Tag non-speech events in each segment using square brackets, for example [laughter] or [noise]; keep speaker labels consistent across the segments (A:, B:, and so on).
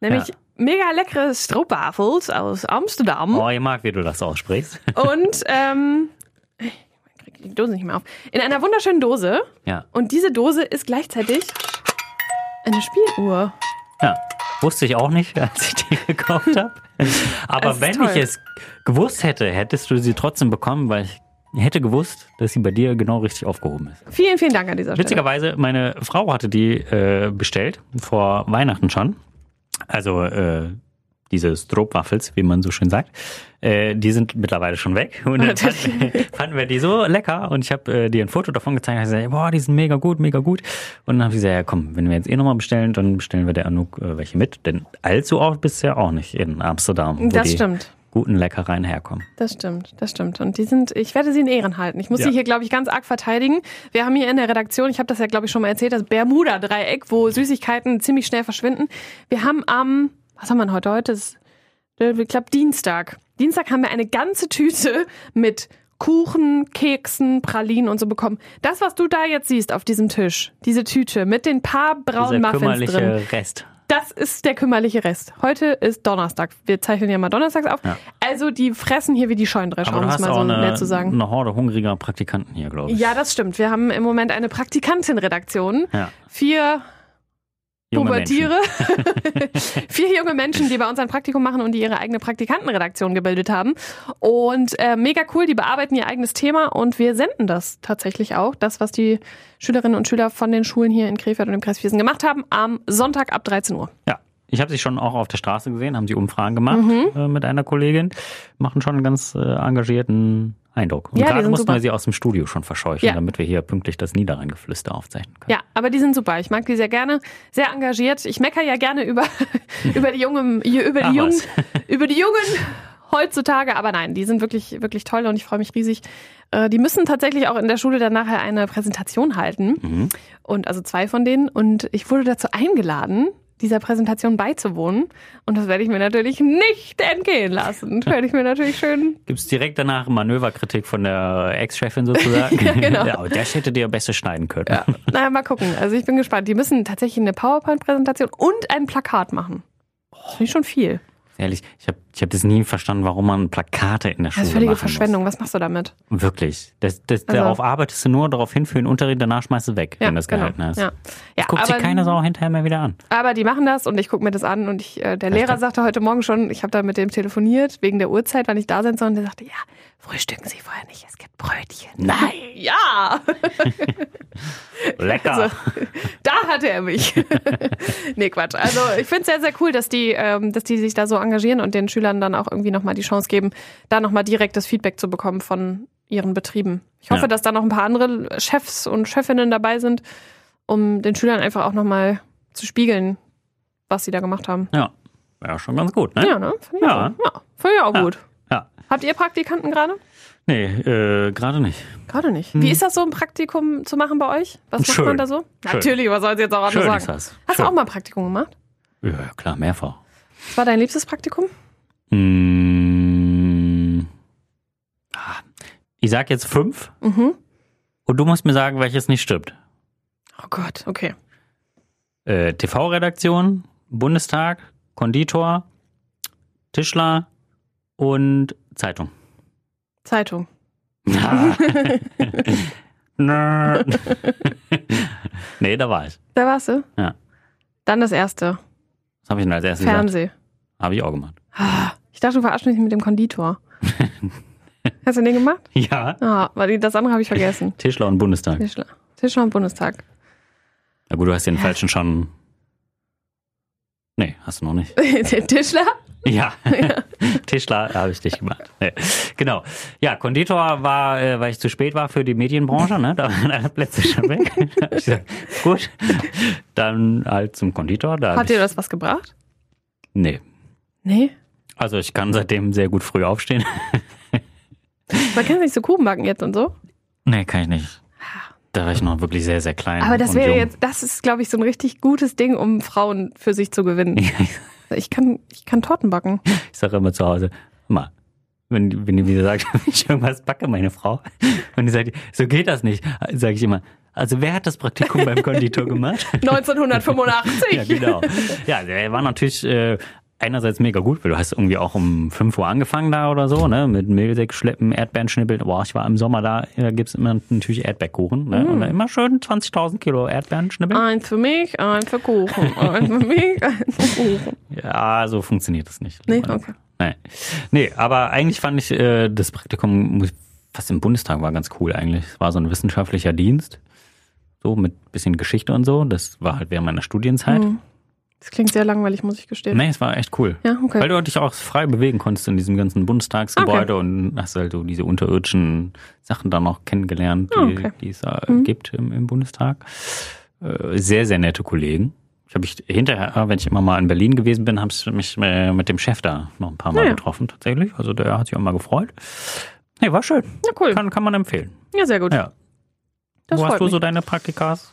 A: nämlich
B: Ja.
A: mega leckere Stroopwafels aus Amsterdam.
B: Oh, ich mag, wie du das aussprichst. [laughs]
A: Und ähm, ich krieg die Dose nicht mehr auf. In einer wunderschönen Dose.
B: Ja.
A: Und diese Dose ist gleichzeitig eine Spieluhr.
B: ja. Wusste ich auch nicht, [laughs] als ich die gekauft habe.
A: Es
B: Aber
A: ist
B: wenn
A: toll.
B: ich es gewusst hätte, hättest du sie trotzdem bekommen, weil ich hätte gewusst, dass sie bei dir genau richtig aufgehoben ist.
A: Vielen, vielen Dank an dieser Stelle.
B: Witzigerweise, meine Frau hatte die äh, bestellt, vor Weihnachten schon. Also äh, diese Stroopwaffels, wie man so schön sagt. Äh, die sind mittlerweile schon weg. Und
A: [laughs]
B: dann fanden, fanden wir die so lecker. Und ich habe äh, dir ein Foto davon gezeigt. Und ich gesagt, boah, die sind mega gut, mega gut. Und dann habe ich gesagt, ja komm, wenn wir jetzt eh nochmal bestellen, dann bestellen wir der Anouk äh, welche mit. Denn allzu oft bist du ja auch nicht in Amsterdam, wo
A: Das
B: die
A: stimmt.
B: guten Leckereien herkommen.
A: Das stimmt, das stimmt. Und die sind, ich werde sie in Ehren halten. Ich muss
B: Ja.
A: sie hier, glaube ich, ganz arg verteidigen. Wir haben hier in der Redaktion, ich habe das ja, glaube ich, schon mal erzählt, das Bermuda-Dreieck, wo Süßigkeiten ziemlich schnell verschwinden. Wir haben am, was haben wir denn heute? Heute ist, äh, ich glaube, Dienstag. Dienstag haben wir eine ganze Tüte mit Kuchen, Keksen, Pralinen und so bekommen. Das, was du da jetzt siehst auf diesem Tisch, diese Tüte mit den paar braunen
B: Dieser
A: Muffins
B: kümmerliche
A: drin.
B: Rest.
A: Das ist der kümmerliche Rest. Heute ist Donnerstag. Wir zeichnen ja mal donnerstags auf.
B: Ja.
A: Also die fressen hier wie die Scheunendrescher,
B: Aber
A: um
B: du
A: es
B: hast
A: mal
B: auch
A: so nett
B: eine, Hm.
A: zu sagen.
B: eine Horde hungriger Praktikanten hier, glaube ich.
A: Ja, das stimmt. Wir haben im Moment eine Praktikantin-Redaktion.
B: Ja.
A: Vier
B: junge [laughs]
A: Pubertiere. [laughs] Vier junge Menschen, die bei uns ein Praktikum machen und die ihre eigene Praktikantenredaktion gebildet haben. Und äh, mega cool, die bearbeiten ihr eigenes Thema und wir senden das tatsächlich auch. Das, was die Schülerinnen und Schüler von den Schulen hier in Krefeld und im Kreis Viersen gemacht haben, am Sonntag ab 13 Uhr.
B: Ja, ich habe sie schon auch auf der Straße gesehen, haben sie Umfragen gemacht
A: Mhm.
B: äh, mit einer Kollegin, machen schon einen ganz äh, engagierten Eindruck. Und
A: Ja, die
B: gerade
A: sind
B: mussten
A: super.
B: wir sie aus dem Studio schon verscheuchen,
A: Ja.
B: damit wir hier pünktlich das Niederrheingeflüster aufzeichnen können.
A: Ja, aber die sind super. Ich mag die sehr gerne, sehr engagiert. Ich meckere ja gerne über, [laughs] über die jungen, über die
B: Ach
A: jungen,
B: was.
A: [laughs] über die jungen heutzutage. Aber nein, die sind wirklich, wirklich toll und ich freue mich riesig. Äh, Die müssen tatsächlich auch in der Schule dann nachher eine Präsentation halten.
B: Mhm.
A: Und also zwei von denen. Und ich wurde dazu eingeladen, dieser Präsentation beizuwohnen. Und das werde ich mir natürlich nicht entgehen lassen. Das werde ich mir natürlich schön.
B: Gibt's direkt danach Manöverkritik von der Ex-Chefin
A: [laughs]
B: sozusagen? ja,
A: genau.
B: aber das hätte dir besser schneiden können.
A: Naja, mal gucken. Also ich bin gespannt. Die müssen tatsächlich eine PowerPoint-Präsentation und ein Plakat machen. Das finde ich schon viel.
B: Ehrlich, ich habe ich hab das nie verstanden, warum man Plakate in der Schule
A: Das ist völlige
B: machen
A: Verschwendung. Was machst du damit?
B: Muss. Wirklich. Das, das,
A: Also-
B: darauf arbeitest du nur, darauf hin für den Unterricht, danach schmeißt du weg, wenn du das gehalten
A: genau.
B: hast.
A: Ja. Ja,
B: Guckt
A: aber,
B: sich keine Sau hinterher mehr wieder an.
A: [laughs] aber die machen das und ich gucke mir das an und ich, äh, der Lehrer sagte heute Morgen schon, ich habe da mit dem telefoniert, wegen der Uhrzeit, wann ich da sein soll. Und der sagte, ja, frühstücken Sie vorher nicht, es gibt Brötchen. Nein. [laughs] Ja,
B: Lecker.
A: Also, [laughs] da hatte er
B: [laughs]
A: mich. nee, Quatsch. Also ich finde es sehr, sehr cool, dass die, ähm, dass die sich da so engagieren und den Schülern dann auch irgendwie nochmal die Chance geben, da nochmal direktes Feedback zu bekommen von ihren Betrieben. Ich hoffe,
B: Ja.
A: dass da noch ein paar andere Chefs und Chefinnen dabei sind, um den Schülern einfach auch nochmal zu spiegeln, was sie da gemacht haben.
B: Ja, ja schon ganz gut, ne?
A: Ja, ne? Finde ich,
B: Ja.
A: auch- ja, find ich auch
B: Ja.
A: gut.
B: Ja.
A: Habt ihr Praktikanten gerade?
B: Nee, äh, gerade nicht.
A: Gerade nicht. Wie ist das so, ein Praktikum zu machen bei euch? Was macht man
B: Hm. Schön.
A: da so?
B: Schön.
A: Natürlich, was soll ich jetzt auch anders
B: Schön
A: sagen?
B: ist das.
A: Hast
B: Schön.
A: du auch mal Praktikum gemacht?
B: Ja, klar, mehrfach.
A: Was war dein liebstes Praktikum?
B: Mm, ah, ich sag jetzt fünf
A: Mhm.
B: und du musst mir sagen, welches nicht stirbt.
A: Oh Gott, okay.
B: Äh, TV-Redaktion, Bundestag, Konditor, Tischler und
A: [laughs]
B: Zeitung. [laughs]
A: Zeitung.
B: Nö. nee, da war ich.
A: Da warst du?
B: Ja.
A: Dann das erste.
B: Was habe ich denn als erstes gesagt?
A: Fernseh.
B: Habe ich auch gemacht.
A: Ah, Ich dachte, du verarschst mich mit dem
B: [laughs]
A: Konditor. Hast du den gemacht?
B: Ja.
A: Ah, weil das andere habe ich
B: [laughs]
A: vergessen.
B: Tischler und Bundestag.
A: Tischler. Tischler und Bundestag. [laughs]
B: Na gut, du hast den falschen schon. Nee, hast du noch nicht.
A: [laughs] Den Tischler?
B: Ja, [laughs] Tischler habe ich dich gemacht. Nee. Genau. Ja, Konditor war, äh, weil ich zu spät war für die Medienbranche, ne? da waren alle Plätze schon weg. [laughs] Da hab ich gesagt, gut, dann halt zum Konditor. Da hab
A: Hat dir
B: ich,
A: das was gebracht?
B: nee,
A: Nee.
B: Also ich kann seitdem sehr gut früh
A: [laughs]
B: aufstehen.
A: Man kann nicht so Kuchen backen jetzt und so.
B: nee, kann ich nicht. Da war ich noch wirklich sehr, sehr klein.
A: Ah. Aber das
B: und
A: wäre
B: jung.
A: jetzt, das ist, glaube ich, so ein richtig gutes Ding, um Frauen für sich zu
B: [laughs]
A: gewinnen. Ich kann, ich kann Torten backen.
B: Ich sage immer zu Hause, mal, wenn, wenn die wieder sagt, [laughs] wenn ich irgendwas backe, meine Frau, und die sagt, so geht das nicht, sage ich immer, also wer hat das Praktikum beim Konditor gemacht? [laughs]
A: 1985.
B: ja, genau. Ja, der war natürlich äh, einerseits mega gut, weil du hast irgendwie auch um 5 Uhr angefangen da oder so, ne? Mit Mehlsäck schleppen, Erdbeeren schnippeln. Boah, ich war im Sommer da, da gibt's immer natürlich Erdbeerkuchen,
A: Mm.
B: ne? Und dann immer schön 20.000 Kilo Erdbeeren schnippeln.
A: Eins für mich, eins für
B: [laughs]
A: Kuchen. Eins für mich, eins für Kuchen.
B: Ja, so funktioniert das nicht.
A: Nee, okay.
B: Nee. nee, aber eigentlich fand ich äh, das Praktikum muss- fast im Bundestag war ganz cool eigentlich. Es war so ein wissenschaftlicher Dienst, so mit bisschen Geschichte und so. Das war halt während meiner Studienzeit.
A: Das klingt sehr langweilig, muss ich gestehen.
B: Nee, es war echt cool.
A: Ja, okay.
B: Weil du dich auch frei bewegen konntest in diesem ganzen Bundestagsgebäude und hast halt so diese unterirdischen Sachen dann auch kennengelernt, die,
A: Ah, okay.
B: die es da gibt im, im Bundestag. Äh, sehr, sehr nette Kollegen. Ich habe mich hinterher, äh, wenn ich immer mal in Berlin gewesen bin, habe ich mich äh, mit dem Chef da noch ein paar Mal
A: Naja.
B: getroffen tatsächlich. Also der hat sich auch mal gefreut. Nee, war schön.
A: Ja, cool.
B: Kann, kann man empfehlen.
A: Ja, sehr gut.
B: Ja.
A: Das
B: Wo hast
A: freut
B: du
A: mich.
B: so deine Praktikas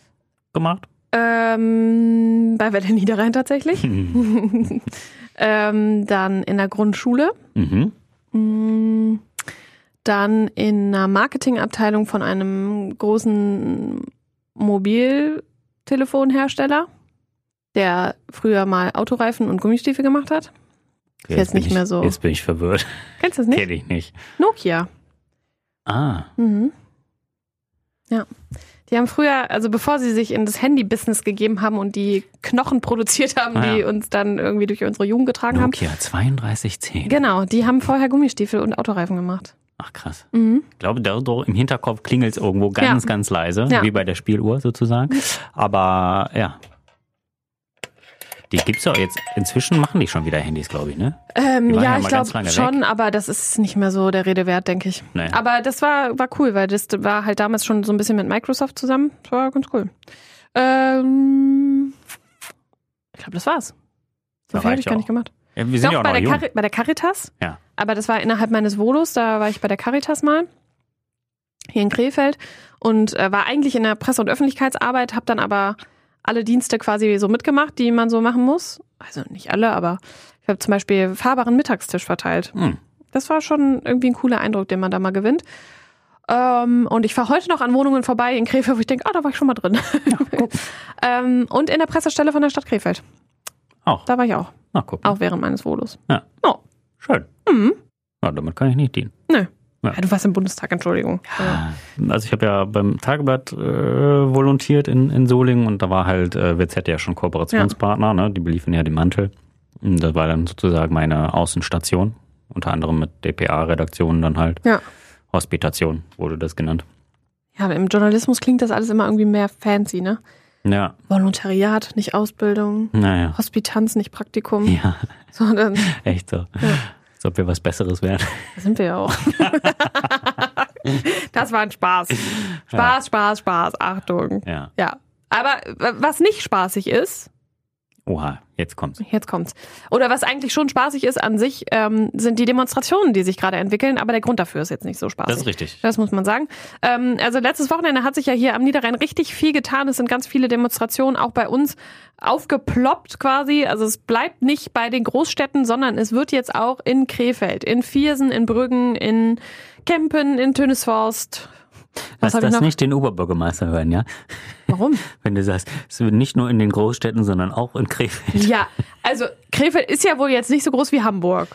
B: gemacht?
A: Ähm, bei Welle Niederrhein tatsächlich.
B: Mhm.
A: [laughs] Ähm, dann in der Grundschule.
B: mhm.
A: Mm, Dann in einer Marketingabteilung von einem großen Mobiltelefonhersteller, der früher mal Autoreifen und Gummistiefel gemacht hat.
B: Okay,
A: Jetzt
B: bin
A: nicht
B: ich,
A: mehr so.
B: Jetzt bin ich verwirrt.
A: Kennst du das nicht?
B: [laughs] Kenn ich nicht.
A: Nokia.
B: Ah.
A: Mhm. Ja. Die haben früher, also bevor sie sich in das Handy-Business gegeben haben und die Knochen produziert haben,
B: Ah, ja.
A: die uns dann irgendwie durch unsere Jugend getragen haben.
B: Nokia 3210.
A: Genau, die haben vorher Gummistiefel und Autoreifen gemacht.
B: Ach krass.
A: Mhm.
B: Ich glaube, da so im Hinterkopf klingelt es irgendwo ganz,
A: Ja.
B: ganz leise,
A: Ja. Mhm.
B: wie bei der Spieluhr sozusagen. Aber ja. Die gibt's ja jetzt. Inzwischen machen die schon wieder Handys, glaube ich, ne? Die
A: Ähm,
B: waren
A: ja,
B: ja
A: ich
B: mal ganz lange
A: glaube schon, aber das ist nicht mehr so der Rede wert, denke ich.
B: Nee.
A: Aber das war, war cool, weil das war halt damals schon so ein bisschen mit Microsoft zusammen. Das war ganz cool. Ähm, ich glaube, das war's. So
B: Da
A: viel
B: war
A: habe
B: ich
A: ich gar
B: auch.
A: nicht gemacht.
B: Ja, wir sind ja
A: Doch,
B: auch noch
A: bei der,
B: jung.
A: Cari bei der Caritas.
B: Ja.
A: Aber das war innerhalb meines Volos, da war ich bei der Caritas mal. Hier in Krefeld. Und äh, war eigentlich in der Presse- und Öffentlichkeitsarbeit, habe dann aber alle Dienste quasi so mitgemacht, die man so machen muss. Also nicht alle, aber ich habe zum Beispiel fahrbaren Mittagstisch verteilt.
B: Hm.
A: Das war schon irgendwie ein cooler Eindruck, den man da mal gewinnt. Ähm, und ich fahre heute noch an Wohnungen vorbei in Krefeld, wo ich denke, ah, da war ich schon mal drin. [laughs] ähm, und in der Pressestelle von der Stadt Krefeld.
B: Auch.
A: Da war ich auch.
B: Na, guck.
A: Auch während meines Volos.
B: Schön.
A: Mhm.
B: Ja, damit kann ich nicht dienen.
A: Ja, du warst im Bundestag, Entschuldigung. Ja.
B: Also ich habe ja beim Tageblatt äh, volontiert in, in Solingen und da war halt äh, WZ ja schon Kooperationspartner, ne? die beliefen ja den Mantel. Und das war dann sozusagen meine Außenstation, unter anderem mit DPA-Redaktionen dann halt.
A: Ja.
B: Hospitation wurde das genannt.
A: ja, im Journalismus klingt das alles immer irgendwie mehr fancy, ne?
B: Ja,
A: Volontariat, nicht Ausbildung.
B: naja.
A: Hospitanz, nicht Praktikum. [laughs]
B: [laughs] Ja,
A: So, dann
B: echt so. Als ob wir was Besseres wären. [laughs]
A: da sind wir ja auch. das war ein Spaß. Spaß, Spaß, Spaß. Achtung.
B: Ja.
A: Ja. Aber äh, was nicht spaßig ist,
B: Oha, jetzt kommt's.
A: Jetzt kommt's. Oder was eigentlich schon spaßig ist an sich, ähm, sind die Demonstrationen, die sich gerade entwickeln, aber der Grund dafür ist jetzt nicht so spaßig.
B: Das ist richtig.
A: Das muss man sagen. Ähm, also letztes Wochenende hat sich ja hier am Niederrhein richtig viel getan. Es sind ganz viele Demonstrationen auch bei uns aufgeploppt quasi. Also es bleibt nicht bei den Großstädten, sondern es wird jetzt auch in Krefeld, in Viersen, in Brüggen, in Kempen, in Tönesforst. Was
B: Lass
A: habe ich
B: das
A: noch?
B: nicht den Oberbürgermeister hören, ja?
A: Warum?
B: Wenn du sagst, es wird nicht nur in den Großstädten, sondern auch in Krefeld.
A: Ja, also Krefeld ist ja wohl jetzt nicht so groß wie Hamburg.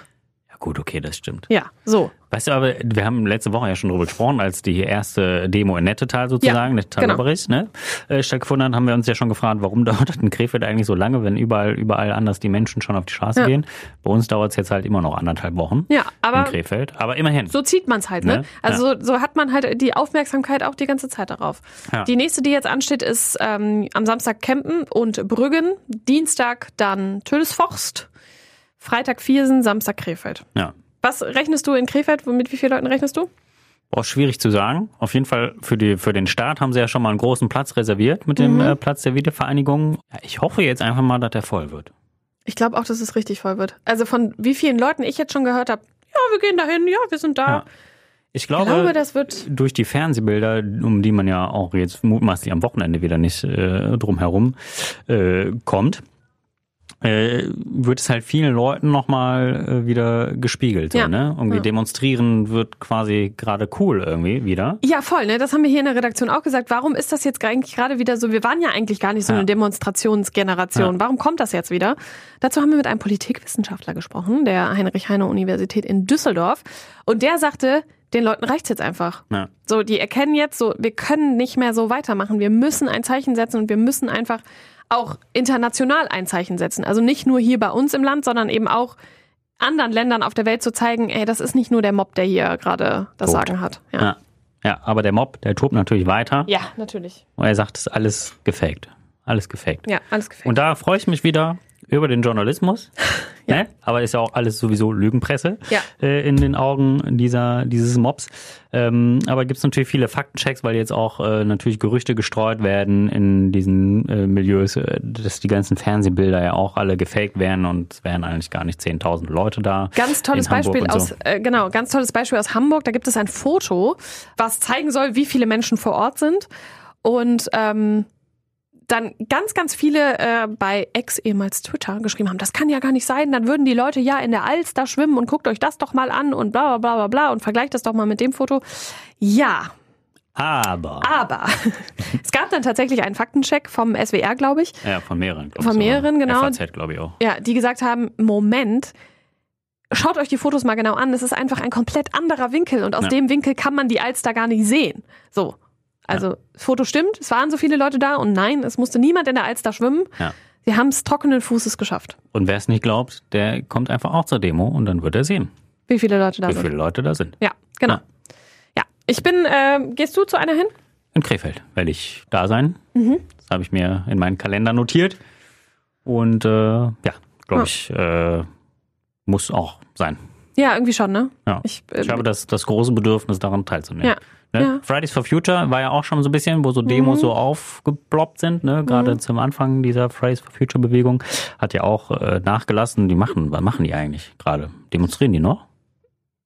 B: Ja gut, okay, das stimmt.
A: Ja, so.
B: Weißt du, aber wir haben letzte Woche ja schon drüber gesprochen, als die erste Demo in Nettetal sozusagen,
A: Ja,
B: Nettetal
A: genau.
B: Oberich, ne, äh, stattgefunden hat, haben wir uns ja schon gefragt, warum [laughs] dauert das in Krefeld eigentlich so lange, wenn überall, überall anders die Menschen schon auf die Straße
A: Ja.
B: gehen. Bei uns dauert es jetzt halt immer noch anderthalb Wochen
A: Ja, aber
B: in Krefeld, aber immerhin.
A: so zieht man es halt, ne?
B: Ne?
A: Also so, so hat man halt die Aufmerksamkeit auch die ganze Zeit darauf.
B: Ja.
A: Die nächste, die jetzt ansteht, ist ähm, am Samstag Kempen und Brüggen, Dienstag dann Tönesforst, Freitag Viersen, Samstag Krefeld.
B: ja.
A: Was rechnest du in Krefeld? Mit wie vielen Leuten rechnest du?
B: Boah, schwierig zu sagen. Auf jeden Fall für, die, für den Start haben sie ja schon mal einen
A: Mhm.
B: großen Platz reserviert mit dem äh, Platz der Wiedervereinigung. Ja, Ich hoffe jetzt einfach mal, dass der voll wird.
A: Ich glaube auch, dass es richtig voll wird. Also von wie vielen Leuten ich jetzt schon gehört habe, ja, wir gehen dahin, ja, wir sind da.
B: Ja. Ich glaube,
A: Ich glaube, das wird-
B: durch die Fernsehbilder, um die man ja auch jetzt mutmaßlich am Wochenende wieder nicht äh, drumherum äh, kommt, äh, wird es halt vielen Leuten nochmal äh, wieder gespiegelt.
A: Ja.
B: So, ne? Irgendwie
A: Ja.
B: demonstrieren wird quasi gerade cool irgendwie wieder.
A: Ja, voll, ne? Das haben wir hier in der Redaktion auch gesagt. Warum ist das jetzt eigentlich gerade wieder so? Wir waren ja eigentlich gar nicht so
B: Ja.
A: eine Demonstrationsgeneration. Warum kommt das jetzt wieder? Dazu haben wir mit einem Politikwissenschaftler gesprochen, der Heinrich-Heine-Universität in Düsseldorf. Und der sagte, den Leuten reicht's jetzt einfach.
B: Ja.
A: So, die erkennen jetzt so, wir können nicht mehr so weitermachen. Wir müssen ein Zeichen setzen und wir müssen einfach auch international ein Zeichen setzen. Also nicht nur hier bei uns im Land, sondern eben auch anderen Ländern auf der Welt zu zeigen, ey, das ist nicht nur der Mob, der hier gerade das
B: Tot.
A: Sagen hat.
B: Ja. ja, aber der Mob, der tobt natürlich weiter.
A: ja natürlich.
B: Und er sagt, es ist alles gefaked. Alles gefaked.
A: Ja, alles gefällt.
B: Und da freue ich mich wieder über den
A: [laughs]
B: Journalismus. ne? Aber ist ja auch alles sowieso Lügenpresse
A: Ja.
B: äh, in den Augen dieser, dieses Mobs. Ähm, aber gibt es natürlich viele Faktenchecks, weil jetzt auch äh, natürlich Gerüchte gestreut werden in diesen äh, Milieus, äh, dass die ganzen Fernsehbilder ja auch alle gefaked werden und es wären eigentlich gar nicht 10.000 Leute da.
A: Ganz tolles
B: in Hamburg
A: Beispiel
B: und so.
A: aus äh, genau, ganz tolles Beispiel aus Hamburg. Da gibt es ein Foto, was zeigen soll, wie viele Menschen vor Ort sind und ähm, dann ganz, ganz viele äh, bei ex ehemals Twitter geschrieben haben, das kann ja gar nicht sein. Dann würden die Leute ja in der Alster schwimmen und guckt euch das doch mal an und bla bla bla bla bla und vergleicht das doch mal mit dem Foto. Ja,
B: Aber,
A: aber [laughs] es gab dann tatsächlich einen Faktencheck vom SWR, glaube ich,
B: ja, von mehreren. glaub
A: Von
B: ich sogar.
A: mehreren, genau.
B: FAZ, glaube ich auch.
A: ja, die gesagt haben, Moment, schaut euch die Fotos mal genau an, das ist einfach ein komplett anderer Winkel und aus
B: Ja.
A: dem Winkel kann man die Alster gar nicht sehen. So. Also, das Foto stimmt, es waren so viele Leute da und nein, es musste niemand in der Alster schwimmen.
B: Ja.
A: Sie haben es trockenen Fußes geschafft.
B: Und wer es nicht glaubt, der kommt einfach auch zur Demo und dann wird er sehen,
A: Wie viele Leute da
B: wie
A: sind.
B: viele Leute da sind.
A: Ja, genau. Ja.
B: Ja.
A: Ich bin, ähm, gehst du zu einer hin?
B: In Krefeld werde ich da sein.
A: Mhm.
B: Das habe ich mir in meinen Kalender notiert. Und äh, ja, glaube
A: Ja.
B: ich, äh, muss auch sein.
A: Ja, irgendwie schon, ne?
B: Ja.
A: Ich, äh,
B: Ich habe das, das große Bedürfnis, daran teilzunehmen.
A: Ja.
B: Ne?
A: Ja. Mhm.
B: Fridays for Future war ja auch schon so ein bisschen, wo so Demos so aufgeploppt sind, ne? gerade zum Anfang dieser Fridays for Future Bewegung. Hat ja auch äh, nachgelassen. Die machen, was machen die eigentlich gerade? Demonstrieren die noch?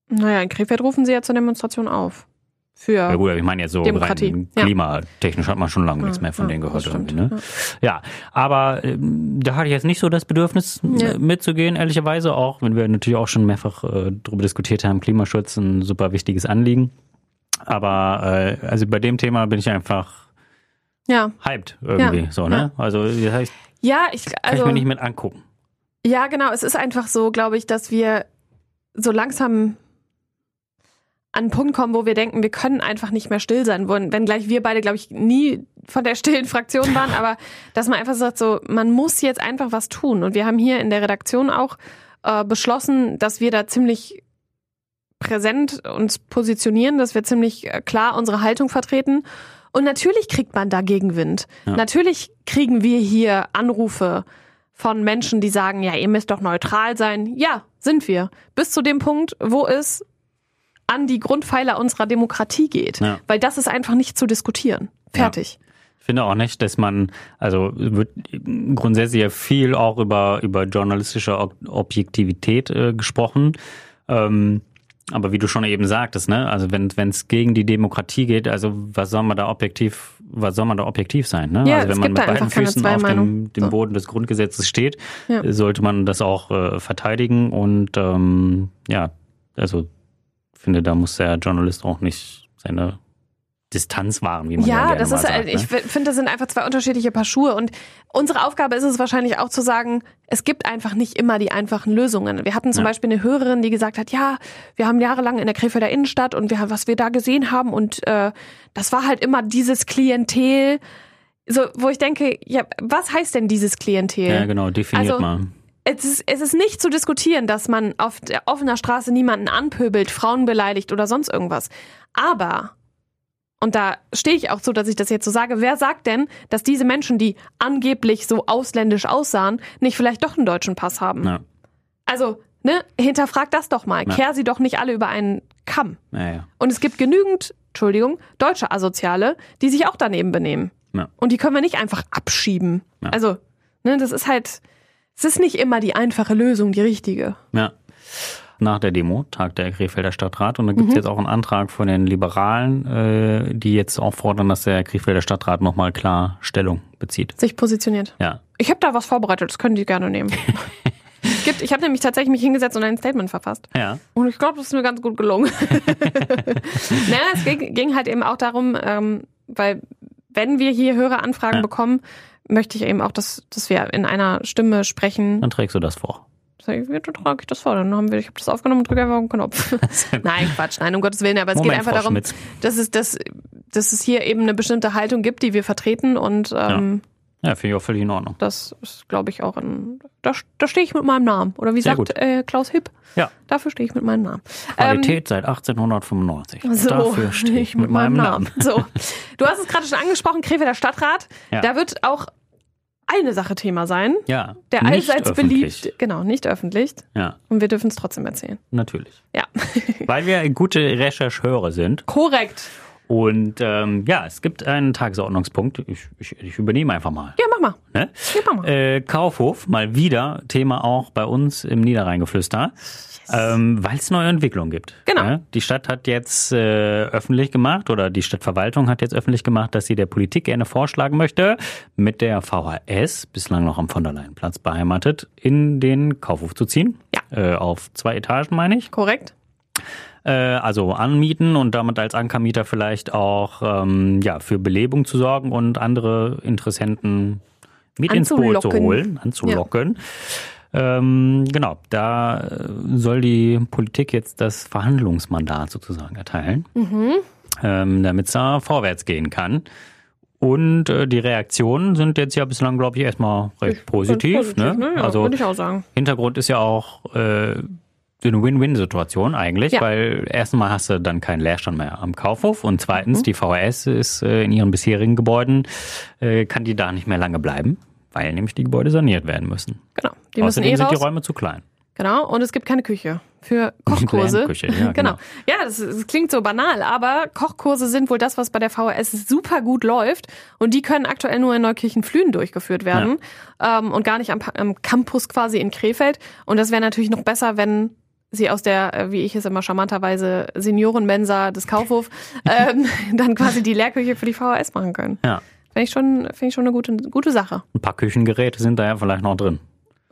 A: Naja, in Krefeld rufen sie ja zur Demonstration auf. Für.
B: Ja, gut, aber ich meine jetzt so
A: Demokratie,
B: rein
A: ja.
B: klimatechnisch hat man schon lange
A: Ja,
B: nichts mehr von
A: ja,
B: denen gehört.
A: das stimmt,
B: Irgendwie, ne? Ja, aber ähm, da hatte ich jetzt nicht so das Bedürfnis
A: Ja.
B: äh, mitzugehen, ehrlicherweise auch, wenn wir natürlich auch schon mehrfach äh, darüber diskutiert haben, Klimaschutz ein super wichtiges Anliegen. Aber äh, also bei dem Thema bin ich einfach
A: ja.
B: hyped irgendwie
A: Ja,
B: so, ne? Also das heißt, kann
A: ja, ich, also.
B: ich mir nicht mit angucken.
A: Ja, genau. Es ist einfach so, glaube ich, dass wir so langsam an einen Punkt kommen, wo wir denken, wir können einfach nicht mehr still sein wollen. Wenn gleich wir beide, glaube ich, nie von der stillen Fraktion waren, aber dass man einfach sagt, so, man muss jetzt einfach was tun. Und wir haben hier in der Redaktion auch äh, beschlossen, dass wir da ziemlich präsent uns positionieren, dass wir ziemlich äh, klar unsere Haltung vertreten. Und natürlich kriegt man da Gegenwind.
B: Ja.
A: Natürlich kriegen wir hier Anrufe von Menschen, die sagen, ja, ihr müsst doch neutral sein. Ja, sind wir. Bis zu dem Punkt, wo es an die Grundpfeiler unserer Demokratie geht.
B: Ja.
A: Weil das ist einfach nicht zu diskutieren. Fertig.
B: Ich finde auch nicht, dass man, also wird grundsätzlich ja viel auch über, über journalistische Ob- Objektivität äh, gesprochen. Ähm, aber wie du schon eben sagtest, ne, also wenn wenn es gegen die Demokratie geht, also was soll man da objektiv, was soll man da objektiv sein, ne?
A: Ja,
B: also
A: es
B: wenn man
A: gibt
B: mit
A: da
B: beiden
A: einfach keine
B: Füßen
A: zwei
B: auf dem,
A: Meinungen.
B: dem
A: So.
B: Boden des Grundgesetzes steht,
A: Ja.
B: äh, sollte man das auch äh, verteidigen und ähm, ja, also finde, da muss der Journalist auch nicht seine Distanz wahren, wie man ja,
A: Ja,
B: gerne
A: das
B: mal
A: ist, halt,
B: sagt, ne?
A: ich finde, das sind einfach zwei unterschiedliche Paar Schuhe. Und unsere Aufgabe ist es wahrscheinlich auch zu sagen, es gibt einfach nicht immer die einfachen Lösungen. Wir hatten zum
B: Ja.
A: Beispiel eine Hörerin, die gesagt hat, ja, wir haben jahrelang in der Krefelder Innenstadt und wir, haben- was wir da gesehen haben und äh, das war halt immer dieses Klientel. So, wo ich denke, ja, was heißt denn dieses Klientel?
B: Ja, genau, definiert
A: Also,
B: mal.
A: es ist, es ist nicht zu diskutieren, dass man auf der offener Straße niemanden anpöbelt, Frauen beleidigt oder sonst irgendwas. Aber, und da stehe ich auch zu, dass ich das jetzt so sage, wer sagt denn, dass diese Menschen, die angeblich so ausländisch aussahen, nicht vielleicht doch einen deutschen Pass haben?
B: Ja,
A: Also, ne, hinterfrag das doch mal.
B: Ja.
A: Kehr sie doch nicht alle über einen Kamm.
B: ja, ja.
A: Und es gibt genügend, Entschuldigung, deutsche Asoziale, die sich auch daneben benehmen.
B: Ja.
A: Und die können wir nicht einfach abschieben.
B: Ja.
A: Also, ne, das ist halt, Es ist nicht immer die einfache Lösung, die richtige.
B: Ja. Nach der Demo tagt der Krefelder Stadtrat und da
A: Mhm.
B: gibt es jetzt auch einen Antrag von den Liberalen, äh, die jetzt auch fordern, dass der Krefelder Stadtrat nochmal klar Stellung bezieht.
A: Sich positioniert.
B: Ja.
A: Ich habe da was vorbereitet, das können die gerne nehmen.
B: [laughs]
A: Es Gibt, ich habe nämlich tatsächlich mich hingesetzt und ein Statement verfasst.
B: Ja.
A: Und ich glaube, das ist mir ganz gut gelungen.
B: [laughs]
A: naja, es ging, ging halt eben auch darum, ähm, weil wenn wir hier Höreranfragen
B: Ja.
A: bekommen, möchte ich eben auch, dass, dass wir in einer Stimme sprechen.
B: Dann trägst du das vor.
A: Sag ich, Dann trage ich das vor. Dann haben wir, ich habe das aufgenommen und drücke einfach einen
B: [laughs]
A: Knopf. Nein, Quatsch, nein, um Gottes Willen. Aber es geht einfach
B: Frau
A: darum,
B: Schmitz.
A: dass es, dass, dass es hier eben eine bestimmte Haltung gibt, die wir vertreten und ähm,
B: Ja, finde ich auch völlig in Ordnung.
A: das ist, glaube ich, auch ein. Da, da stehe ich mit meinem Namen. Oder wie
B: Sehr
A: sagt
B: gut.
A: äh, Klaus Hipp?
B: Ja.
A: Dafür stehe ich mit meinem Namen.
B: Qualität seit 1895.
A: Ähm, So, [laughs]
B: Dafür stehe ich mit meinem Namen.
A: So, du hast es gerade schon angesprochen, Krefelder Stadtrat.
B: Ja.
A: Da wird auch eine Sache Thema sein,
B: Ja.
A: der
B: nicht
A: allseits
B: öffentlich.
A: beliebt, genau, nicht öffentlich.
B: Ja,
A: Und wir dürfen es trotzdem erzählen.
B: natürlich.
A: Ja, [laughs]
B: Weil wir gute Rechercheure sind.
A: korrekt.
B: Und ähm, ja, es gibt einen Tagesordnungspunkt. Ich, ich, ich übernehme einfach mal.
A: Ja, mach mal.
B: Ne?
A: Ja, mach mal.
B: Äh, Kaufhof, mal wieder Thema auch bei uns im Niederrheingeflüster, ähm, weil es neue Entwicklungen gibt.
A: Genau.
B: Ja, die Stadt hat jetzt äh, öffentlich gemacht oder die Stadtverwaltung hat jetzt öffentlich gemacht, dass sie der Politik gerne vorschlagen möchte, mit der VHS, bislang noch am von der Leyenplatz beheimatet, in den Kaufhof zu ziehen. Äh, auf zwei Etagen, meine ich
A: Korrekt.
B: äh, also anmieten und damit als Ankermieter vielleicht auch ähm, ja, für Belebung zu sorgen und andere Interessenten mit ins Boot zu
A: Anzulocken.
B: holen, anzulocken. Ähm, genau, da äh, soll die Politik jetzt das Verhandlungsmandat sozusagen erteilen,
A: Mhm.
B: ähm, damit es da vorwärts gehen kann. Und äh, die Reaktionen sind jetzt ja bislang, glaube ich, erstmal recht positiv.
A: Ganz
B: ne?
A: Ja,
B: also
A: würde ich auch sagen.
B: Hintergrund ist ja auch äh, so eine Win-Win-Situation eigentlich,
A: Ja.
B: weil erstmal hast du dann keinen Leerstand mehr am Kaufhof und zweitens,
A: Mhm.
B: die VHS ist äh, in ihren bisherigen Gebäuden, äh, kann die da nicht mehr lange bleiben, weil nämlich die Gebäude saniert werden müssen.
A: Genau. Die müssen
B: Außerdem
A: eh
B: sind die
A: raus.
B: Räume zu klein.
A: Genau, und es gibt keine Küche
B: [laughs]
A: für Kochkurse.
B: Küche, ja,
A: [laughs] genau.
B: genau.
A: Ja, das, ist- das klingt so banal, aber Kochkurse sind wohl das, was bei der VHS super gut läuft. Und die können aktuell nur in Neukirchen-Flühen durchgeführt werden ähm, und gar nicht am, Pa- am Campus quasi in Krefeld. Und das wäre natürlich noch besser, wenn sie aus der, äh, wie ich es immer charmanterweise, Seniorenmensa des
B: [laughs]
A: Kaufhof ähm, dann quasi die Lehrküche für die VHS machen können.
B: Ja,
A: Finde ich schon, finde ich schon eine gute, gute Sache.
B: ein paar Küchengeräte sind da ja vielleicht noch drin.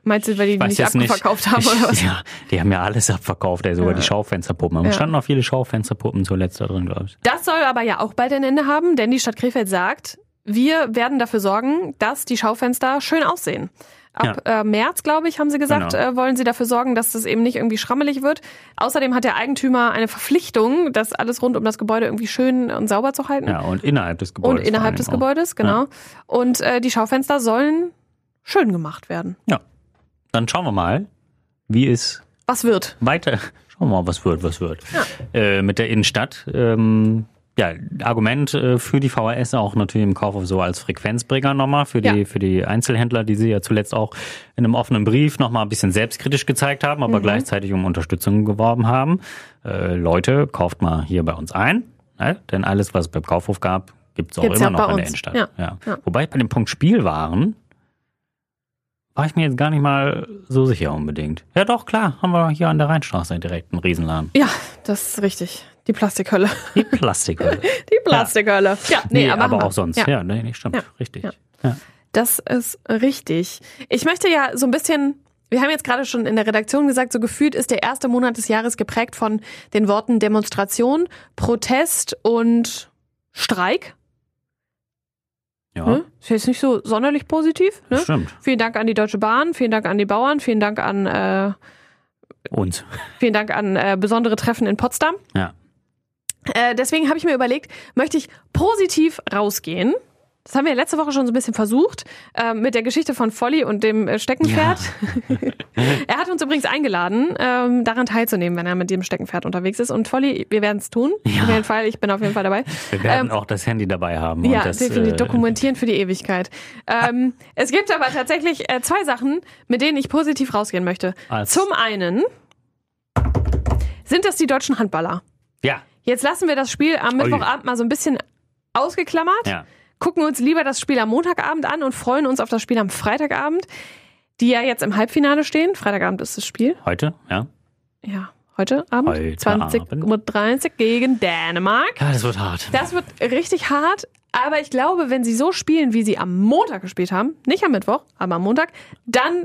A: Meinst du, weil die, die nicht abverkauft haben
B: Ich-
A: oder
B: [laughs]
A: was?
B: Ja, die haben ja alles abverkauft, ey, sogar
A: Ja.
B: die Schaufensterpuppen. Da
A: Ja.
B: standen noch viele Schaufensterpuppen zuletzt da drin, glaube ich.
A: Das soll aber ja auch bald ein Ende haben, denn die Stadt Krefeld sagt, wir werden dafür sorgen, dass die Schaufenster schön aussehen. Ab äh, März, glaube ich, haben sie gesagt,
B: Genau.
A: äh, wollen sie dafür sorgen, dass das eben nicht irgendwie schrammelig wird. Außerdem hat der Eigentümer eine Verpflichtung, das alles rund um das Gebäude irgendwie schön und sauber zu halten.
B: Ja, und innerhalb des Gebäudes.
A: und
B: vor allen
A: innerhalb des
B: Dingen auch.
A: Gebäudes, genau. Und äh, die Schaufenster sollen schön gemacht werden.
B: Ja, dann schauen wir mal, wie es
A: Was wird?
B: weiter. Schauen wir mal, was wird, was wird. Äh, mit der Innenstadt. Ähm, ja, Argument äh, für die VHS auch natürlich im Kaufhof so als Frequenzbringer nochmal für die,
A: Ja.
B: für die Einzelhändler, die sie ja zuletzt auch in einem offenen Brief nochmal ein bisschen selbstkritisch gezeigt haben,
A: Mhm.
B: aber gleichzeitig um Unterstützung geworben haben. Äh, Leute, kauft mal hier bei uns ein, ne? denn alles, was es beim Kaufhof gab, gibt's auch
A: Gibt's
B: immer
A: ja
B: noch
A: bei
B: in der
A: uns.
B: Innenstadt.
A: Ja. Ja.
B: Ja. Wobei bei dem Punkt Spielwaren war ich mir jetzt gar nicht mal so sicher unbedingt. Ja, doch, klar, haben wir hier an der Rheinstraße direkt einen Riesenladen.
A: Ja, das ist richtig. Die Plastikhölle. [laughs]
B: Die Plastikhölle.
A: Die Plastikhölle. Ja, nee,
B: nee,
A: aber,
B: aber
A: machen
B: auch
A: wir.
B: sonst.
A: Ja.
B: Ja, nee, nee, stimmt,
A: Ja.
B: richtig.
A: Ja.
B: Ja.
A: Das ist richtig. Ich möchte ja so ein bisschen, wir haben jetzt gerade schon in der Redaktion gesagt, so gefühlt ist der erste Monat des Jahres geprägt von den Worten Demonstration, Protest und Streik.
B: Ja,
A: Ne? Ist jetzt nicht so sonderlich positiv.
B: das
A: Ne?
B: stimmt.
A: Vielen Dank an die Deutsche Bahn, vielen Dank an die Bauern, vielen Dank an, äh,
B: Und
A: vielen Dank an äh, besondere Treffen in Potsdam.
B: ja.
A: Äh, deswegen habe ich mir überlegt, möchte ich positiv rausgehen? Das haben wir letzte Woche schon so ein bisschen versucht, äh, mit der Geschichte von Folly und dem äh, Steckenpferd. [laughs] er hat uns übrigens eingeladen, ähm, daran teilzunehmen, wenn er mit dem Steckenpferd unterwegs ist. Und Folly, wir werden es tun. Auf jeden Fall, ich bin auf jeden Fall dabei.
B: Wir werden auch das Handy dabei haben.
A: Ähm, Ja,
B: und das,
A: definitiv
B: äh,
A: dokumentieren für die Ewigkeit.
B: [laughs]
A: Ähm, es gibt aber tatsächlich äh, zwei Sachen, mit denen ich positiv rausgehen möchte.
B: Als-
A: Zum einen sind das die deutschen Handballer.
B: Ja,
A: Jetzt lassen wir das Spiel am Mittwochabend mal so ein bisschen ausgeklammert,
B: ja.
A: gucken uns lieber das Spiel am Montagabend an und freuen uns auf das Spiel am Freitagabend. die ja jetzt im Halbfinale stehen. Freitagabend ist das Spiel.
B: Heute, ja.
A: Ja, heute Abend.
B: Heute
A: 20.30 Uhr gegen Dänemark.
B: Ja, das wird hart.
A: Das wird richtig hart. Aber ich glaube, wenn sie so spielen, wie sie am Montag gespielt haben, nicht am Mittwoch, aber am Montag, dann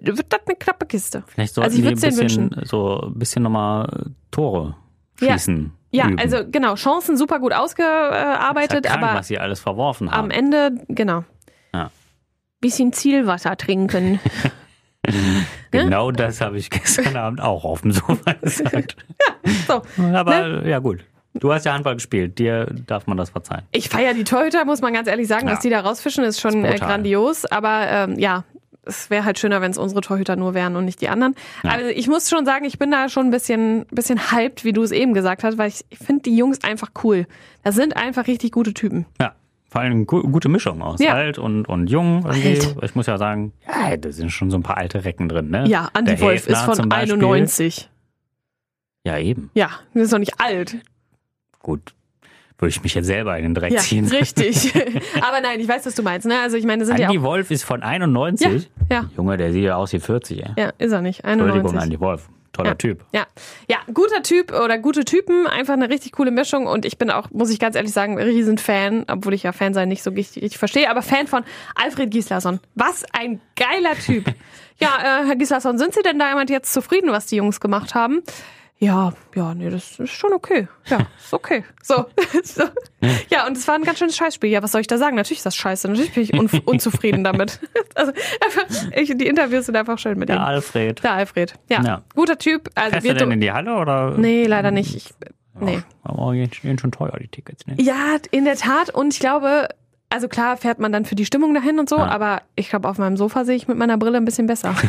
A: wird das eine knappe Kiste.
B: Vielleicht sollten
A: Also ich
B: die ein
A: würd's denen
B: bisschen, so ein bisschen nochmal Tore
A: Ja.
B: schießen.
A: Ja,
B: üben.
A: also genau, Chancen super gut
B: Ist ja
A: ausgearbeitet,
B: krank,
A: aber
B: was sie alles verworfen haben.
A: am Ende, genau.
B: Ja.
A: Bisschen Zielwasser trinken. Ne?
B: Genau das habe ich [laughs] gestern Abend auch auf
A: [laughs]
B: dem Sofa gesagt.
A: So, ne?
B: Aber ja gut. Du hast ja Handball gespielt, dir darf man das verzeihen.
A: ich feiere die Torhüter, muss man ganz ehrlich sagen,
B: Ja.
A: dass die da rausfischen, ist schon
B: Ist
A: äh,
B: brutal.
A: grandios. Aber ähm, ja, es wäre halt schöner, wenn es unsere Torhüter nur wären und nicht die anderen.
B: Ja.
A: Also ich muss schon sagen, ich bin da schon ein bisschen, bisschen hyped, wie du es eben gesagt hast, weil ich, ich finde die Jungs einfach cool. Das sind einfach richtig gute Typen.
B: Ja, vor allem gu gute Mischung aus
A: Ja.
B: alt und, und jung. Irgendwie.
A: Alt.
B: Ich muss ja sagen, ja, da sind schon so ein paar alte Recken drin. Ne?
A: Ja, Andy
B: Der
A: Wolf ist
B: Häfner zum
A: von
B: Beispiel.
A: 91.
B: Ja, eben.
A: Ja, das ist doch nicht alt.
B: Gut. Würde ich mich jetzt selber in den Dreck
A: Ja,
B: ziehen. [laughs]
A: richtig. [laughs] Aber nein, ich weiß, was du meinst. Ne? Also ich meine, das sind ja
B: Andy
A: auch.
B: Wolf ist von 91.
A: Ja,
B: Junge, der sieht ja aus wie 40, ey.
A: ja, ist er nicht.
B: Entschuldigung,
A: 91.
B: Andy Wolf. Toller
A: Ja.
B: Typ.
A: Ja. ja, guter Typ oder gute Typen, einfach eine richtig coole Mischung und ich bin auch, muss ich ganz ehrlich sagen, ein Riesenfan, obwohl ich ja Fan sein nicht so richtig, richtig verstehe, aber Fan von Alfred Gislason. Was ein geiler Typ. ja, äh, Herr Gislason, sind Sie denn da jemand jetzt zufrieden, was die Jungs gemacht haben? Ja, ja, nee, das ist schon okay. Ja, ist okay. So. [laughs] so. Ja, und es war ein ganz schönes Scheißspiel. Ja, was soll ich da sagen? Natürlich ist das scheiße. Natürlich bin ich un unzufrieden damit. [laughs] Also einfach, ich, die Interviews sind einfach schön mit ihm.
B: Ja, Alfred.
A: Der Alfred. Ja.
B: Ja.
A: Guter Typ. Also
B: Fährst du
A: wir
B: denn
A: du
B: in die Oh. Halle oder?
A: Nee, leider nicht. Ich, nee.
B: Aber die sind schon teuer, die Tickets. Ne?
A: Ja, in der Tat. Und ich glaube, also klar fährt man dann für die Stimmung dahin und so,
B: Ja.
A: aber ich glaube, auf meinem Sofa sehe ich mit meiner Brille ein bisschen besser.
B: [laughs]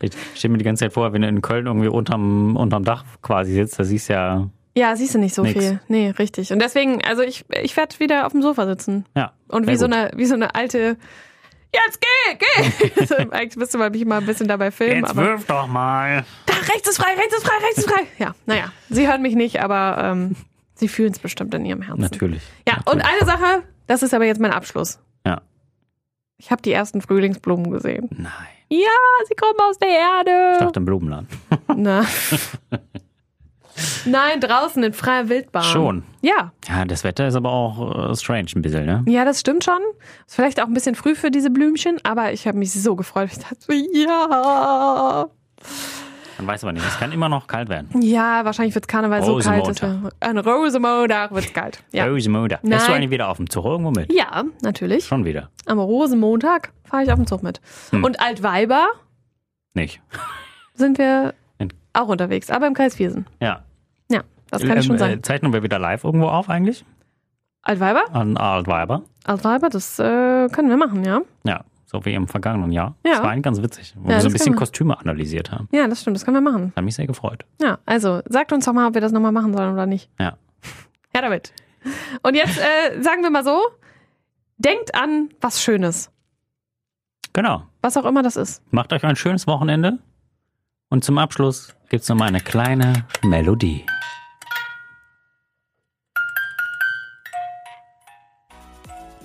B: Ich stelle mir die ganze Zeit vor, wenn du in Köln irgendwie unterm, unterm Dach quasi sitzt, da siehst du ja,
A: ja, siehst du nicht so
B: Nix.
A: viel. Nee, richtig. Und deswegen, also ich, ich werde wieder auf dem Sofa sitzen.
B: ja.
A: Und
B: sehr
A: wie so,
B: gut.
A: eine, wie so eine alte, jetzt geh,
B: [laughs]
A: geh. Also, Eigentlich müsste man mich mal ein bisschen dabei filmen.
B: Jetzt
A: aber,
B: wirf doch mal.
A: da, rechts ist frei, rechts ist frei, rechts ist frei. Ja, naja, sie hören mich nicht, aber ähm, sie fühlen es bestimmt in ihrem Herzen.
B: Natürlich.
A: Ja, und eine Sache, das ist aber jetzt mein Abschluss.
B: Ja.
A: Ich habe die ersten Frühlingsblumen gesehen.
B: Nein.
A: Ah, sie kommen aus der
B: Ich
A: Erde.
B: dachte im Blumenladen. [laughs]
A: Na. Nein, draußen in freier Wildbahn.
B: Schon.
A: Ja.
B: Ja, das Wetter ist aber auch äh, strange ein bisschen, ne?
A: Ja, das stimmt schon. Ist vielleicht auch ein bisschen früh für diese Blümchen, aber ich habe mich so gefreut. Ich dachte, ja.
B: Man weiß aber nicht. Es kann immer noch kalt werden.
A: Ja, wahrscheinlich wird Karneval so kalt. Dass wir,
B: Rosenmontag.
A: an Rosenmontag wird es kalt. Ja.
B: Böse Mutter. Bist du
A: Nein.
B: eigentlich wieder auf dem Zug irgendwo mit?
A: ja, natürlich.
B: Schon wieder.
A: Am Rosenmontag fahre ich auf den Zug mit.
B: Hm.
A: Und Altweiber
B: Nicht.
A: sind wir
B: In-
A: auch unterwegs, aber im Kreis Viersen.
B: Ja.
A: Ja, das kann schon
B: Ähm,
A: sein.
B: äh, Zeichnen wir wieder live irgendwo auf eigentlich?
A: Altweiber?
B: An Altweiber?
A: Altweiber, das äh, können wir machen, ja.
B: Ja. So wie im vergangenen Jahr.
A: Ja.
B: Das war eigentlich ganz witzig, wo
A: Ja,
B: wir
A: das
B: so ein
A: kann
B: bisschen
A: man.
B: Kostüme analysiert haben.
A: Ja, das stimmt, das können wir machen.
B: Das hat mich sehr gefreut.
A: Ja, also sagt uns doch mal, ob wir das nochmal machen sollen oder nicht.
B: Ja.
A: [laughs] Ja, damit. Und jetzt äh, sagen wir mal so, denkt an was Schönes,
B: Genau.
A: was auch immer das ist.
B: Macht euch ein schönes Wochenende. Und zum Abschluss gibt's noch mal eine kleine Melodie.